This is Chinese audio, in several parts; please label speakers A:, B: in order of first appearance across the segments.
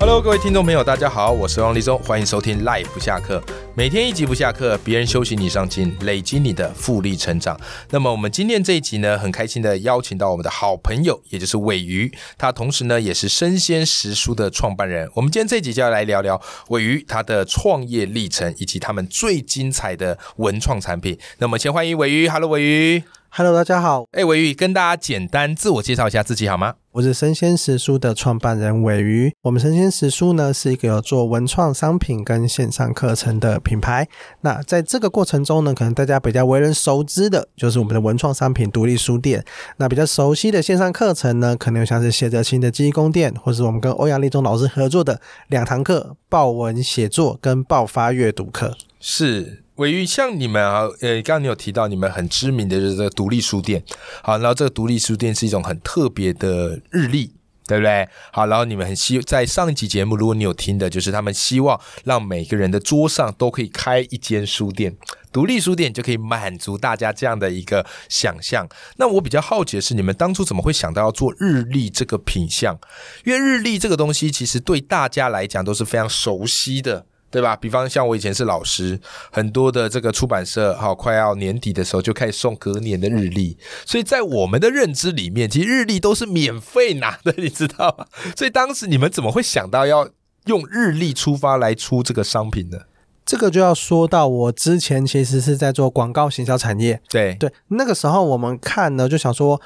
A: Hello，各位听众朋友，大家好，我是王立忠，欢迎收听《Life 不下课》，每天一集不下课，别人休息你上进，累积你的复利成长。那么我们今天这一集呢，很开心的邀请到我们的好朋友，也就是尾鱼，他同时呢也是生鲜食蔬的创办人。我们今天这一集就要来聊聊尾鱼他的创业历程，以及他们最精彩的文创产品。那么先欢迎尾鱼，Hello，尾鱼。
B: Hello，大家好，
A: 哎，尾鱼，跟大家简单自我介绍一下自己好吗？
B: 我是生鲜食蔬的创办人尾鱼。我们生鲜食蔬呢是一个有做文创商品跟线上课程的品牌。那在这个过程中呢，可能大家比较为人熟知的就是我们的文创商品独立书店。那比较熟悉的线上课程呢，可能有像是谢哲青的记忆宫殿，或是我们跟欧阳立中老师合作的两堂课——爆文写作跟爆发阅读课。
A: 是尾鱼，像你们啊，呃，刚刚你有提到你们很知名的就是这个独立书店，好，然后这个独立书店是一种很特别的日历。对不对？好，然后你们很希在上一集节目，如果你有听的，就是他们希望让每个人的桌上都可以开一间书店，独立书店就可以满足大家这样的一个想象。那我比较好奇的是，你们当初怎么会想到要做日历这个品相？因为日历这个东西，其实对大家来讲都是非常熟悉的。对吧？比方像我以前是老师，很多的这个出版社，好快要年底的时候就开始送隔年的日历，所以在我们的认知里面，其实日历都是免费拿的，你知道吗？所以当时你们怎么会想到要用日历出发来出这个商品呢？
B: 这个就要说到我之前其实是在做广告行销产业，
A: 对
B: 对，那个时候我们看呢，就想说，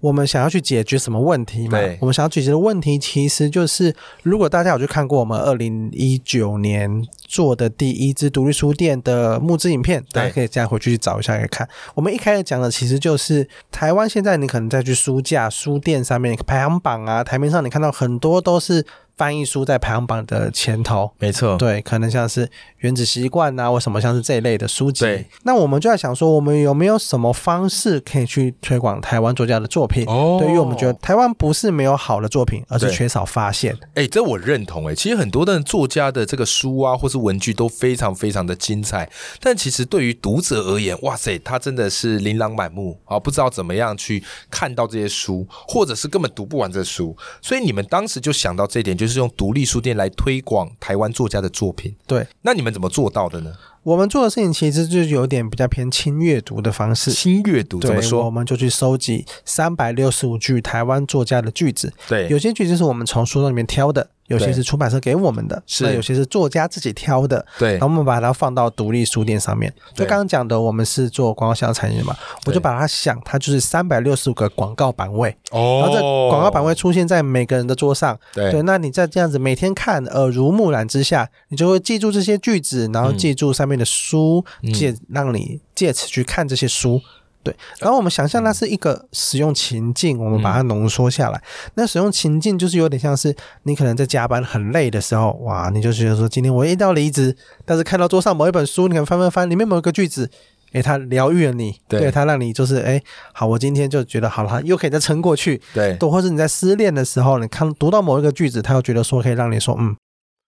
B: 我们想要去解决什么问题嘛
A: 对？
B: 我们想要解决的问题，其实就是如果大家有去看过我们二零一九年做的第一支独立书店的募资影片，大家可以再回去去找一下来看。我们一开始讲的其实就是台湾现在你可能再去书架、书店上面排行榜啊，台面上你看到很多都是翻译书在排行榜的前头，
A: 没错，
B: 对，可能像是《原子习惯》啊呐，或什么像是这一类的书籍
A: 对。
B: 那我们就在想说，我们有没有什么方式可以去推广台湾作家的作品？
A: 哦
B: 对于我们觉得台湾不是没有好的作品，而是
A: 对
B: 缺少发现。
A: 哎、这我认同哎、其实很多的作家的这个书啊，或是文具都非常非常的精彩，但其实对于读者而言，哇塞，他真的是琳琅满目啊，不知道怎么样去看到这些书，或者是根本读不完这书。所以你们当时就想到这一点，就是用独立书店来推广台湾作家的作品。
B: 对
A: 那你们怎么做到的呢？
B: 我们做的事情，其实就是有点比较偏轻阅读的方式。
A: 新阅读怎么，
B: 对我
A: 说？
B: 们就去收集三百六十五句台湾作家的句子，有
A: 对，
B: 些句子是我们从书中里面挑的，有些
A: 对
B: 是出版社给我们的，
A: 是
B: 那有些是作家自己挑的，
A: 对
B: 然后我们把它放到独立书店上面。就
A: 对
B: 刚刚讲的，我们是做广告销售产业嘛，我就
A: 对
B: 把它想，它就是三百六十五个广告版位，
A: 哦
B: 然后这广告版位出现在每个人的桌上。
A: 对
B: 对，那你在这样子每天看，呃耳濡目染之下，你就会记住这些句子，然后
A: 嗯
B: 记住上面的书，借让你借此去看这些书。
A: 呃
B: 对，然后我们想象它是一个使用情境，
A: 嗯
B: 我们把它浓缩下来。那使用情境就是有点像是你可能在加班很累的时候，哇，你就觉得说今天我一定要离职，但是看到桌上某一本书，你可能翻翻翻，里面某一个句子，诶，它疗愈了你，
A: 对
B: 它让你就是诶，好，我今天就觉得好了，又可以再撑过去，
A: 对
B: 对，或是你在失恋的时候，你看读到某一个句子，他又觉得说可以让你说，嗯，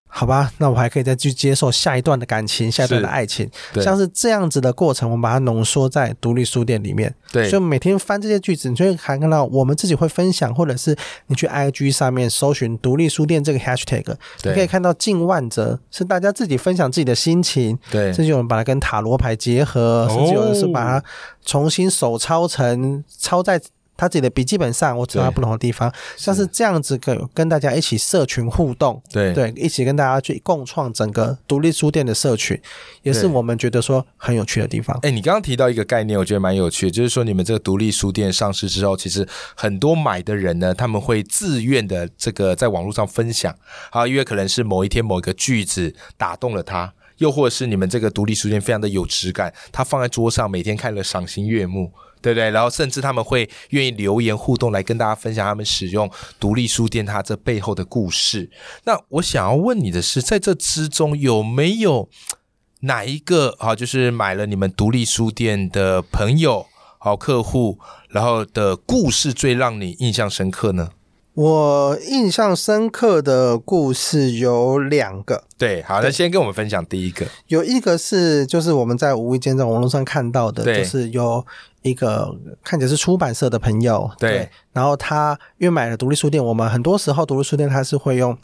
B: 好吧，那我还可以再去接受下一段的感情，下一段的
A: 是
B: 爱情，
A: 对
B: 像是这样子的过程，我们把它浓缩在独立书店里面。
A: 对
B: 所以每天翻这些句子，你就会看到我们自己会分享，或者是你去 IG 上面搜寻“独立书店”这个 hashtag，
A: 对
B: 你可以看到近万则是大家自己分享自己的心情，
A: 对哦
B: 甚至有人把它跟塔罗牌结合，甚至有人是把它重新手抄成抄在。他自己的笔记本上，我抄在
A: 对
B: 不同的地方，像是这样子跟跟大家一起社群互动，
A: 对
B: 对，一起跟大家去共创整个独立书店的社群，也是
A: 对
B: 我们觉得说很有趣的地方。
A: 哎、你刚刚提到一个概念，我觉得蛮有趣的，就是说你们这个独立书店上市之后，其实很多买的人呢，他们会自愿的这个在网络上分享啊，因为可能是某一天某一个句子打动了他。又或者是你们这个独立书店非常的有质感，他放在桌上，每天看了赏心悦目，对不对？然后甚至他们会愿意留言互动来跟大家分享他们使用独立书店它这背后的故事。那我想要问你的是，在这之中有没有哪一个啊，就是买了你们独立书店的啊朋友、好客户，然后的故事最让你印象深刻呢？
B: 我印象深刻的故事有两个，
A: 对，好，那先跟我们分享第一个，
B: 有一个是就是我们在无意间在网络上看到的，
A: 对
B: 就是有一个看起来是出版社的朋友，
A: 对
B: 然后他因为买了独立书店，我们很多时候独立书店它是会用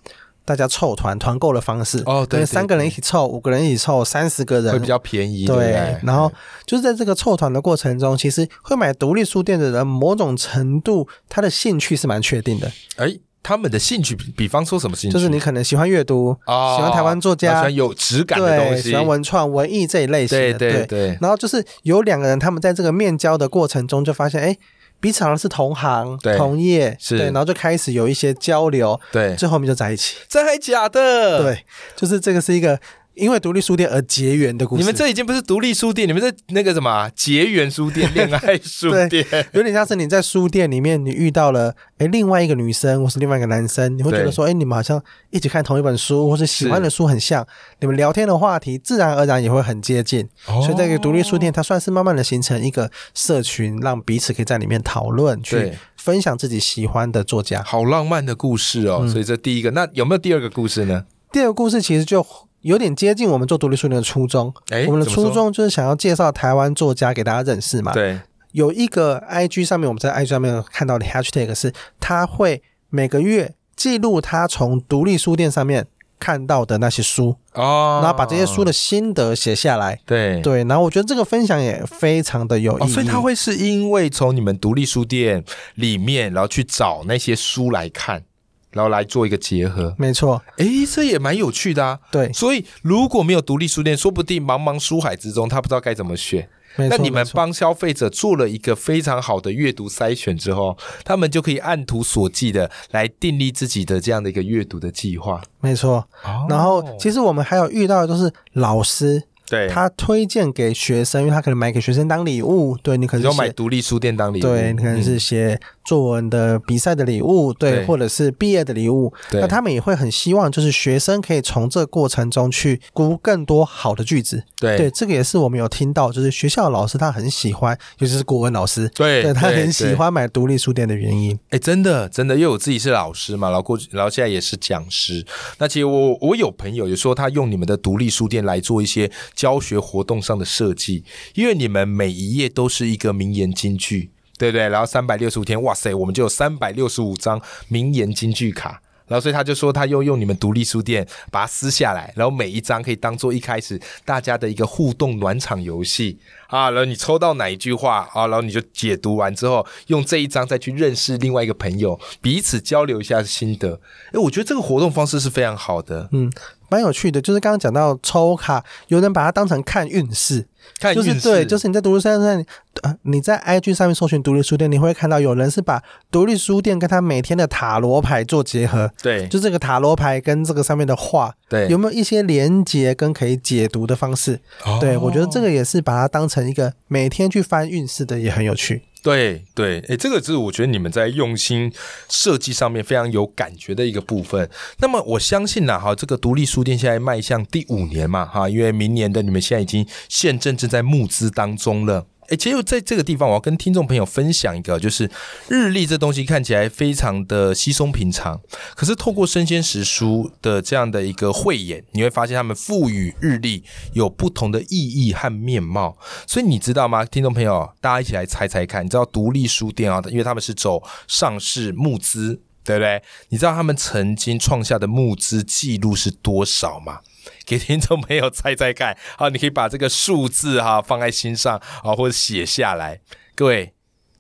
B: 大家凑团团购的方式，
A: 哦对
B: 因
A: 对
B: 为三个人一起凑，五个人一起凑，三十个人
A: 会比较哎便宜，对不
B: 对
A: 对，？
B: 然后就是在这个凑团的过程中，其实会买独立书店的人，某种程度他的兴趣是蛮确定的，
A: 哎，他们的兴趣，比比方说什么兴趣？
B: 就是你可能喜欢阅读，
A: 哦
B: 喜欢台湾作家
A: 喜欢有质感的东
B: 对，
A: 西，
B: 喜欢文创、文艺这一类型
A: 对
B: 的，
A: 对对，
B: 然后就是有两个人，他们在这个面交的过程中就发现，哎，彼此好像是同行、
A: 对
B: 同业，
A: 是
B: 对，然后就开始有一些交流，
A: 对，
B: 最后面就在一起。
A: 真还假的？。
B: 对，就是这个是一个因为独立书店而结缘的故事。
A: 你们这已经不是独立书店，你们这那个什么啊结缘书店、恋爱书店，
B: 有点像是你在书店里面，你遇到了哎另外一个女生或是另外一个男生，你会觉得
A: 对
B: 说，哎，你们好像一起看同一本书，或是喜欢的书很像，你们聊天的话题自然而然也会很接近。
A: 哦
B: 所以这个独立书店，它算是慢慢的形成一个社群，让彼此可以在里面讨论，去
A: 对
B: 分享自己喜欢的作家。
A: 好浪漫的故事
B: 嗯
A: 哦。所以这第一个，那有没有第二个故事呢？
B: 第二个故事其实就有点接近我们做独立书店的初衷。
A: 哎
B: 我们的
A: 怎么
B: 初
A: 说
B: 衷就是想要介绍台湾作家给大家认识嘛。
A: 对，
B: 有一个 IG 上面，我们在 IG 上面看到的 hashtag 是，他会每个月记录他从独立书店上面看到的那些书，
A: 哦，
B: 然后把这些书的心得写下来。
A: 对
B: 对，然后我觉得这个分享也非常的有意义。
A: 哦，所以他会是因为从你们独立书店里面，然后去找那些书来看，然后来做一个结合。
B: 没错，
A: 诶，这也蛮有趣的啊。
B: 对，
A: 所以如果没有独立书店，说不定茫茫书海之中，他不知道该怎么选。
B: 没
A: 那
B: 错。
A: 你们
B: 没错
A: 帮消费者做了一个非常好的阅读筛选之后，他们就可以按图索骥的来订立自己的这样的一个阅读的计划。
B: 没错。
A: 哦
B: 然后其实我们还有遇到的都是老师，
A: 对，
B: 他推荐给学生，因为他可能买给学生当礼物，对你可
A: 你
B: 能
A: 要
B: 是
A: 买独立书店当礼物，
B: 对，可能
A: 嗯
B: 是写作文的比赛的礼物，对，
A: 对
B: 或者是毕业的礼物。
A: 对
B: 那他们也会很希望，就是学生可以从这过程中去读更多好的句子。
A: 对
B: 对，这个也是我们有听到，就是学校老师他很喜欢，尤其是国文老师，
A: 对
B: 他
A: 对
B: 很喜
A: 对
B: 欢买独立书店的原因。
A: 哎，真的，真的，因为我自己是老师嘛，然后过去，然后现在也是讲师。那其实我我有朋友也说，他用你们的独立书店来做一些教学活动上的设计，因为你们每一页都是一个名言金句，对不对？然后三百六十五天，哇塞，我们就有三百六十五张名言金句卡。然后，所以他就说，他又用你们独立书店把它撕下来，然后每一张可以当做一开始大家的一个互动暖场游戏啊。然后你抽到哪一句话啊，然后你就解读完之后，用这一张再去认识另外一个朋友，彼此交流一下心得。诶，我觉得这个活动方式是非常好的。
B: 嗯，蛮有趣的，就是刚刚讲到抽卡，有人把它当成看运势，
A: 看
B: 就是
A: 运势
B: 对，就是你在独立书店上，呃，你在 IG 上面搜寻独立书店，你会看到有人是把独立书店跟他每天的塔罗牌做结合，
A: 对
B: 就这个塔罗牌跟这个上面的画，
A: 对
B: 有没有一些连接跟可以解读的方式？
A: 哦
B: 对我觉得这个也是把它当成一个每天去翻运势的，也很有趣。
A: 对对，诶，这个是我觉得你们在用心设计上面非常有感觉的一个部分。那么我相信啦，哈，这个独立书店现在迈向第五年嘛，哈，因为明年的你们现在已经现正正在募资当中了。诶，其实在这个地方，我要跟听众朋友分享一个，就是日历这东西看起来非常的稀松平常，可是透过生鲜食书的这样的一个慧眼，你会发现他们赋予日历有不同的意义和面貌。所以你知道吗，听众朋友，大家一起来猜猜看，你知道独立书店啊，因为他们是走上市募资，对不对？你知道他们曾经创下的募资记录是多少吗？给听众朋友猜猜看，好，你可以把这个数字哈、放在心上啊，或者写下来。各位，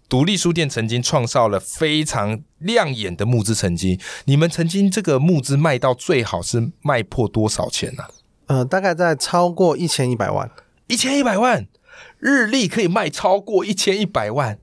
A: 独立书店曾经创造了非常亮眼的募资成绩，你们曾经这个募资卖到最好是卖破多少钱呢、啊？
B: 呃，大概在超过一千一百万，
A: 一千一百万，日历可以卖超过一千一百万。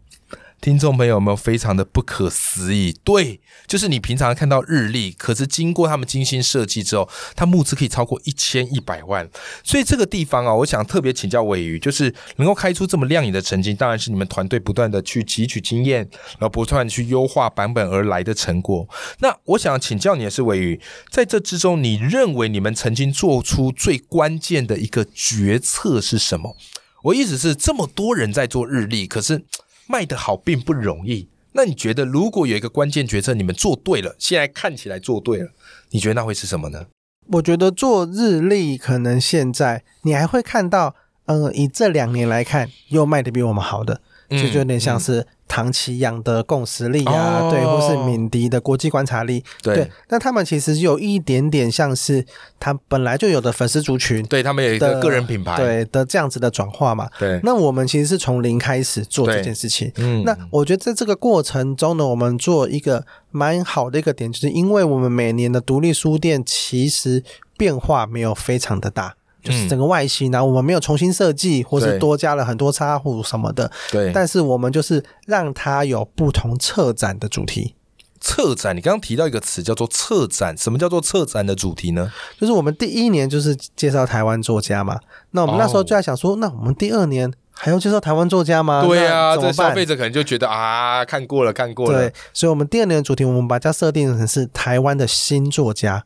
A: 听众朋友们，非常的不可思议，对，就是你平常看到日历，可是经过他们精心设计之后，它募资可以超过一千一百万，所以这个地方啊，我想特别请教尾鱼，就是能够开出这么亮眼的成绩，当然是你们团队不断的去汲取经验，然后不断地去优化版本而来的成果。那我想请教你的是，尾鱼，在这之中，你认为你们曾经做出最关键的一个决策是什么？我意思是，这么多人在做日历，可是卖得好并不容易。那你觉得，如果有一个关键决策你们做对了，现在看起来做对了，你觉得那会是什么呢？
B: 我觉得做日历，可能现在你还会看到，嗯、呃，以这两年来看，又卖的比我们好的，这、
A: 嗯
B: 就有点像是唐奇阳的共识力啊，
A: 哦
B: 对，或是敏迪的国际观察力，
A: 对
B: 那他们其实有一点点像是他本来就有的粉丝族群
A: 对他们有一
B: 的
A: 个个人品牌，
B: 对的这样子的转化嘛。
A: 对
B: 那我们其实是从零开始做
A: 对
B: 这件事情。
A: 嗯
B: 那我觉得在这个过程中呢，我们做一个蛮好的一个点，就是因为我们每年的独立书店其实变化没有非常的大，就是整个外形然后我们没有重新设计，或
A: 嗯对
B: 是多加了很多插户什么的，
A: 对，
B: 但是我们就是让它有不同策展的主题。
A: 策展，你刚刚提到一个词叫做策展，什么叫做策展的主题呢？
B: 就是我们第一年就是介绍台湾作家嘛，那我们那
A: 哦
B: 时候就在想说，那我们第二年还要介绍台湾作家吗？
A: 对啊，
B: 那怎
A: 这
B: 么
A: 消
B: 办？
A: 费者可能就觉得啊，看过了，看过了
B: 对，，所以我们第二年的主题，我们把它设定成是台湾的新作家。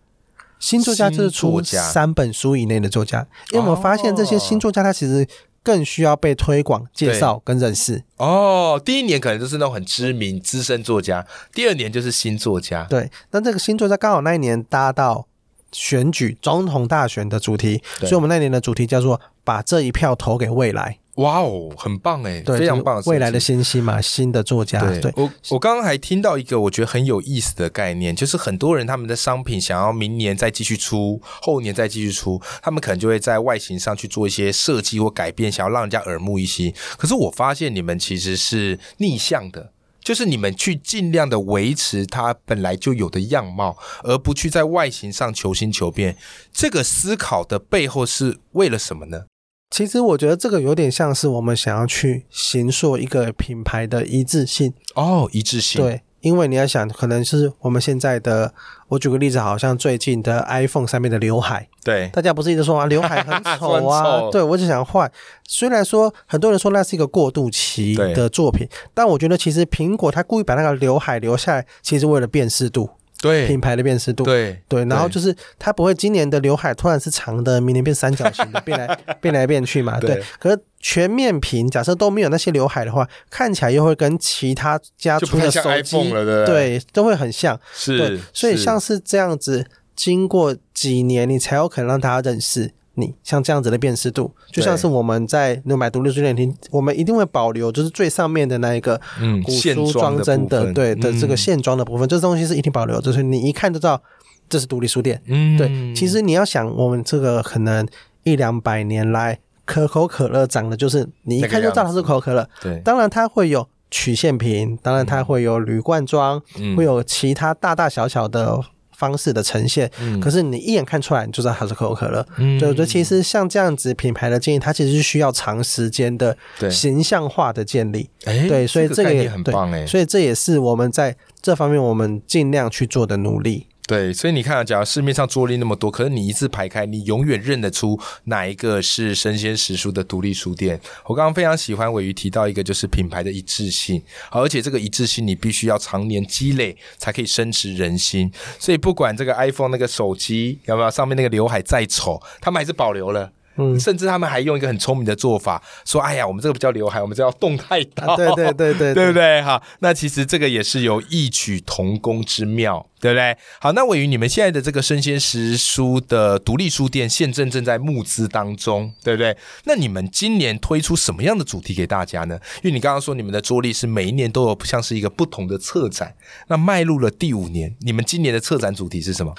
B: 新作家就是
A: 新作
B: 出
A: 家
B: 三本书以内的作家，因为我们发现这些
A: 哦
B: 新作家，他其实更需要被推广、介绍跟认识。
A: 哦，第一年可能就是那种很知名资深作家，第二年就是新作家，
B: 对，那这个新作家刚好那一年搭到选举总统大选的主题，
A: 对
B: 所以我们那年的主题叫做“把这一票投给未来
A: 哇哦，很棒哎”，，
B: 对，
A: 非常棒
B: 就是未来的
A: 设计
B: 新星嘛，新的作家，啊对，
A: 我我刚刚还听到一个我觉得很有意思的概念，就是很多人他们的商品想要明年再继续出，后年再继续出，他们可能就会在外形上去做一些设计或改变，想要让人家耳目一新。可是我发现你们其实是逆向的。就是你们去尽量的维持它本来就有的样貌，而不去在外形上求新求变。这个思考的背后是为了什么呢？
B: 其实我觉得这个有点像是我们想要去形塑一个品牌的一致性。
A: 哦，一致性。
B: 对，因为你要想，可能是我们现在的，我举个例子，好像最近的 iPhone 上面的刘海，
A: 对
B: 大家不是一 直说啊，刘海很丑啊
A: 很，丑
B: 对我只想换。虽然说很多人说那是一个过渡期
A: 对
B: 的作品，但我觉得其实苹果它故意把那个刘海留下来，其实为了辨识度，
A: 对
B: 品牌的辨识度。
A: 对
B: 对，然后就是它不会今年的刘海突然是长的，明年变三角形的，变 来变来变去嘛。
A: 对
B: 对，可是全面屏假设都没有那些刘海的话，看起来又会跟其他家
A: 就不
B: 出
A: 太
B: 的
A: 像
B: 手
A: iPhone
B: 机
A: 了，对不对
B: 对都会很像。对
A: 是，，
B: 所以
A: 是
B: 像是这样子，经过几年，你才有可能让大家认识。你像这样子的辨识度，就
A: 对
B: 像是我们在那买独立书店厅，我们一定会保留就是最上面的那一个
A: 嗯
B: 古
A: 线
B: 书
A: 装
B: 装
A: 的
B: 帧
A: 部分
B: 对的这
A: 嗯
B: 个线装的部分，这东西是一定保留，就是你一看就知道这是独立书店。
A: 嗯
B: 对，其实你要想，我们这个可能一两百年来，可口可乐长的就是你一
A: 那个
B: 看就知道
A: 样
B: 它是可口可乐。
A: 对
B: 当然它会有曲线瓶，当然它会有铝罐装，
A: 嗯
B: 会有其他大大小小的方式的呈现。可是你一眼看出来，你就知道它是可口可乐。
A: 嗯
B: 对，我觉得其实像这样子品牌的建议，它其实是需要长时间的
A: 对
B: 形象化的建立。
A: 哎
B: 对，所以
A: 这
B: 这
A: 个
B: 个
A: 概
B: 也
A: 念很棒哎
B: 对，，所以这也是我们在这方面我们尽量去做的努 力。
A: 对，所以你看啊，假如市面上桌历那么多，可是你一字排开，你永远认得出哪一个是生鲜食书的独立书店。我刚刚非常喜欢尾鱼提到一个，就是品牌的一致性，好而且这个一致性你必须要常年积累，才可以深植人心。所以不管这个 iPhone 那个手机有没有上面那个刘海再丑，他们还是保留了。嗯，甚至他们还用一个很聪明的做法，说：“哎呀，我们这个不叫刘海，我们这叫动态刀。
B: 啊对对对对对
A: 对不对？哈，那其实这个也是有异曲同工之妙，对不对？好，那尾鱼，你们现在的这个生鲜食书的独立书店，现正正在募资当中，对不对？那你们今年推出什么样的主题给大家呢？因为你刚刚说你们的桌历是每一年都有像是一个不同的策展，那迈入了第五年，你们今年的策展主题是什么？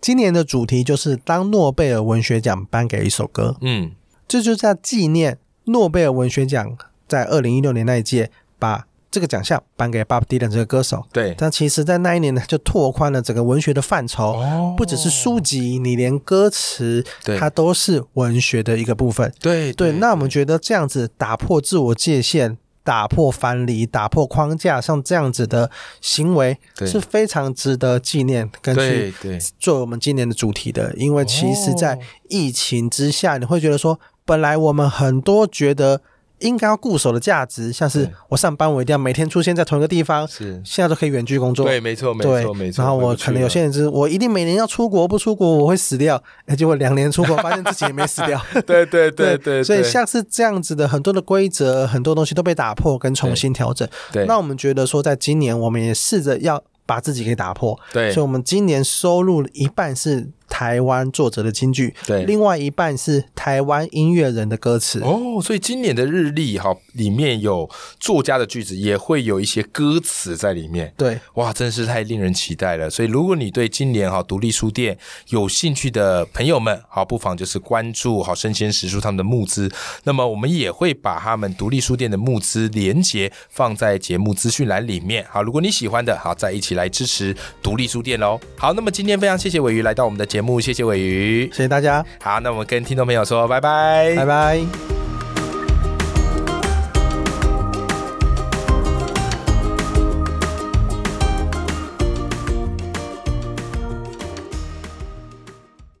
B: 今年的主题就是当诺贝尔文学奖颁给一首歌，
A: 嗯，
B: 这就是在纪念诺贝尔文学奖在二零一六年那一届把这个奖项颁给 Bob Dylan 这个歌手。
A: 对
B: 但其实，在那一年呢，就拓宽了整个文学的范畴，
A: 哦
B: 不只是书籍，你连歌词
A: 对，
B: 它都是文学的一个部分。
A: 对
B: 对，那我们觉得这样子打破自我界限、打破藩篱、打破框架，像这样子的行为
A: 对
B: 是非常值得纪念跟
A: 对
B: 去
A: 对
B: 做我们今年的主题的。因为其实，
A: 哦
B: 在疫情之下，你会觉得说，本来我们很多觉得应该要固守的价值，像是
A: 对
B: 我上班我一定要每天出现在同一个地方，
A: 是
B: 现在都可以远距工作，
A: 对，没错，没错，没错。
B: 然后
A: 回
B: 我
A: 不
B: 可能
A: 去
B: 有
A: 了
B: 些人就是我一定每年要出国，不出国我会死掉， 哎，结果两年出国发现自己也没死 掉。
A: 对对对对，
B: 所以
A: 对
B: 像是这样子的很多的规则，很多东西都被打破跟重新调整。
A: 对
B: 那我们觉得说，在今年我们也试着要把自己给打破，
A: 对
B: 所以我们今年收入一半是台湾作者的金句，
A: 对
B: 另外一半是台湾音乐人的歌词。
A: 哦，所以今年的日历哈里面有作家的句子，也会有一些歌词在里面。
B: 对，
A: 哇，真是太令人期待了！所以，如果你对今年哈独立书店有兴趣的朋友们，好，不妨就是关注好生鲜食书他们的募资。那么，我们也会把他们独立书店的募资连接放在节目资讯栏里面。好，如果你喜欢的，好，再一起来支持独立书店喽。好，那么今天非常谢谢尾鱼来到我们的节目，谢谢尾鱼。
B: 谢谢大家，
A: 好，那我们跟听众朋友说拜拜，
B: 拜拜。